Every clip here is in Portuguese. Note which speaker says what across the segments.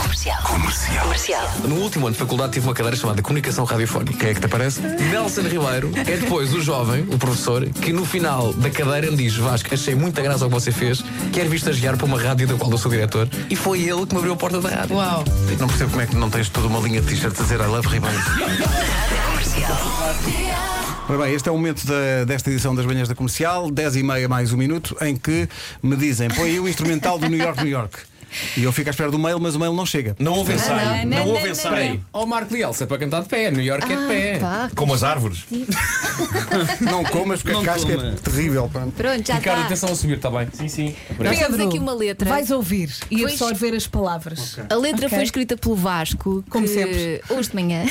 Speaker 1: Comercial. Comercial. Comercial.
Speaker 2: No último ano de faculdade tive uma cadeira chamada Comunicação Radiofónica. Quem é que te aparece? Nelson Ribeiro é depois o jovem, o professor, que no final da cadeira me diz Vasco, achei muita graça o que você fez, quero vir estagiar para uma rádio da qual eu sou diretor. E foi ele que me abriu a porta da rádio.
Speaker 3: Uau!
Speaker 4: Não percebo como é que não tens toda uma linha de t-shirts a dizer I love Ribeiro. Ora bem, este é o momento da- desta edição das manhãs da comercial, 10 e meia mais um minuto, em que me dizem, põe aí o instrumental do New York, New York. E eu fico à espera do mail, mas o mail não chega.
Speaker 5: Não houve ensaio.
Speaker 3: Ah, não,
Speaker 5: não,
Speaker 3: não,
Speaker 5: houve
Speaker 3: não,
Speaker 5: ensaio.
Speaker 2: Ou Marco Lielsa para cantar de pé, New York é de pé.
Speaker 3: Pá,
Speaker 5: Como as árvores.
Speaker 4: Não comas, porque a
Speaker 5: Não
Speaker 4: casca é
Speaker 5: coma.
Speaker 4: terrível. pá.
Speaker 3: pronto, já
Speaker 6: tá.
Speaker 5: Ricardo,
Speaker 3: está.
Speaker 5: atenção a subir, está bem? Sim, sim.
Speaker 6: Nós
Speaker 3: Pedro,
Speaker 6: temos aqui uma letra.
Speaker 3: Vais ouvir e
Speaker 6: Pois.
Speaker 3: absorver as palavras.
Speaker 6: A letra
Speaker 3: Ok.
Speaker 6: foi escrita pelo Vasco, que
Speaker 3: Como sempre.
Speaker 6: Hoje de manhã.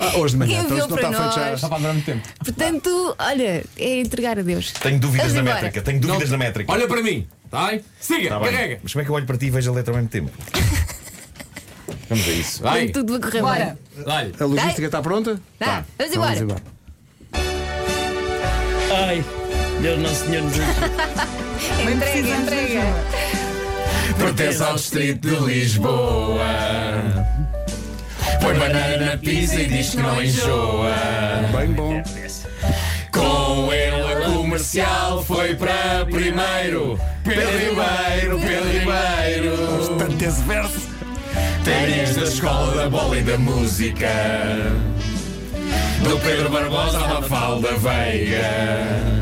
Speaker 4: Ah, hoje de manhã,
Speaker 6: Quem
Speaker 4: então
Speaker 6: enviou
Speaker 4: isto
Speaker 2: tá
Speaker 4: não está
Speaker 6: para
Speaker 4: feito já.
Speaker 6: nós?
Speaker 5: Estava a durar muito tempo.
Speaker 6: Portanto, olha, é entregar a Deus.
Speaker 7: Tenho dúvidas
Speaker 6: Vamos
Speaker 7: na
Speaker 6: embora.
Speaker 7: métrica, tenho dúvidas na métrica.
Speaker 2: Olha para mim, tá? bem? Siga,
Speaker 7: Tá bem.
Speaker 2: carrega.
Speaker 7: Mas como é que eu olho para ti e vejo a letra ao mesmo tempo? Vamos a isso.
Speaker 2: Vai,
Speaker 6: Portanto, tudo vai correr
Speaker 3: Bora.
Speaker 6: bem.
Speaker 2: vai.
Speaker 4: A logística está pronta?
Speaker 6: Tá, vamos
Speaker 4: Então
Speaker 6: embora.
Speaker 4: vamos embora.
Speaker 8: Ai, Deus Nosso Senhor nos ajude.
Speaker 6: Entrega, entrega.
Speaker 2: Pertence ao distrito de Lisboa. Põe banana na pizza e diz que não enjoa.
Speaker 4: Bem bom.
Speaker 2: Com ele a comercial foi para primeiro. Pedro Ribeiro, Pedro Ribeiro.
Speaker 4: Tanto esse verso.
Speaker 2: Tênis da escola da bola e da música. Do Pedro Barbosa à Mafalda Veiga.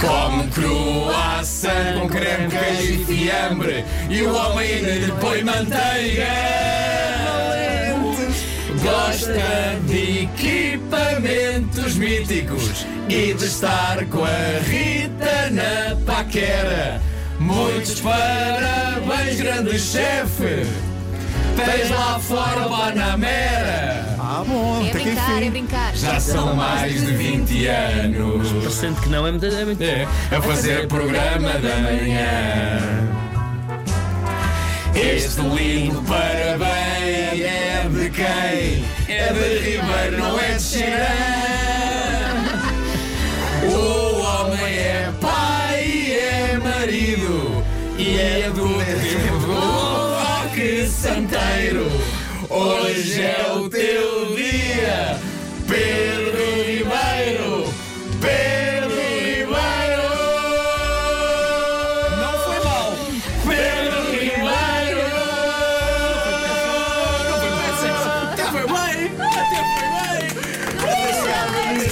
Speaker 2: Como croissant com creme, queijo e fiambre. E o homem ainda lhe põe manteiga. Gosta de equipamentos míticos e de estar com a Rita na paquera. Muitos parabéns, grande chefe. Tens lá fora Banamera.
Speaker 4: Ah, bom,
Speaker 6: É
Speaker 4: até que
Speaker 6: brincar, é
Speaker 4: enfim.
Speaker 6: brincar.
Speaker 2: Já são mais de 20 anos
Speaker 8: Sendo que não é muito. É muito...
Speaker 2: a fazer programa da manhã. Este lindo parabéns é de quem? É de Ribeiro, não é de Xerém. O homem é pai e é marido e é do tempo do rock santeiro. Hoje é o teu dia, Pedro Ribeiro. Pedro Ribeiro.
Speaker 5: Não foi mal.
Speaker 2: Pedro Ribeiro.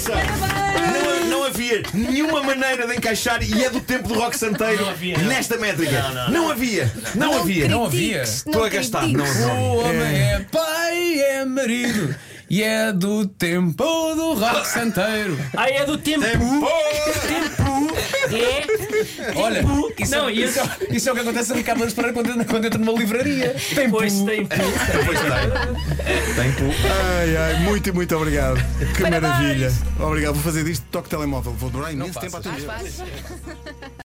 Speaker 7: Não, não havia nenhuma maneira de encaixar e é do tempo do rock santeiro nesta métrica. Não, havia. Não, havia.
Speaker 2: Não havia.
Speaker 7: Estou a gastar. Não havia.
Speaker 2: O homem é pai, é marido. E é do tempo do rock santeiro.
Speaker 8: Ai, é do tempo. É.
Speaker 2: Olha, isso,
Speaker 8: Não,
Speaker 2: é,
Speaker 8: isso-
Speaker 2: isso é- isso é o que acontece a Ricardo Lange Pereira quando, entra- quando entra numa livraria. Tem
Speaker 8: Pois
Speaker 2: pu.
Speaker 8: tem.
Speaker 7: Pois tem. Tempo.
Speaker 4: Ai, ai, muito, e muito obrigado. Que maravilha. Obrigado, vou fazer disto toque telemóvel. Vou durar imenso tempo a ter.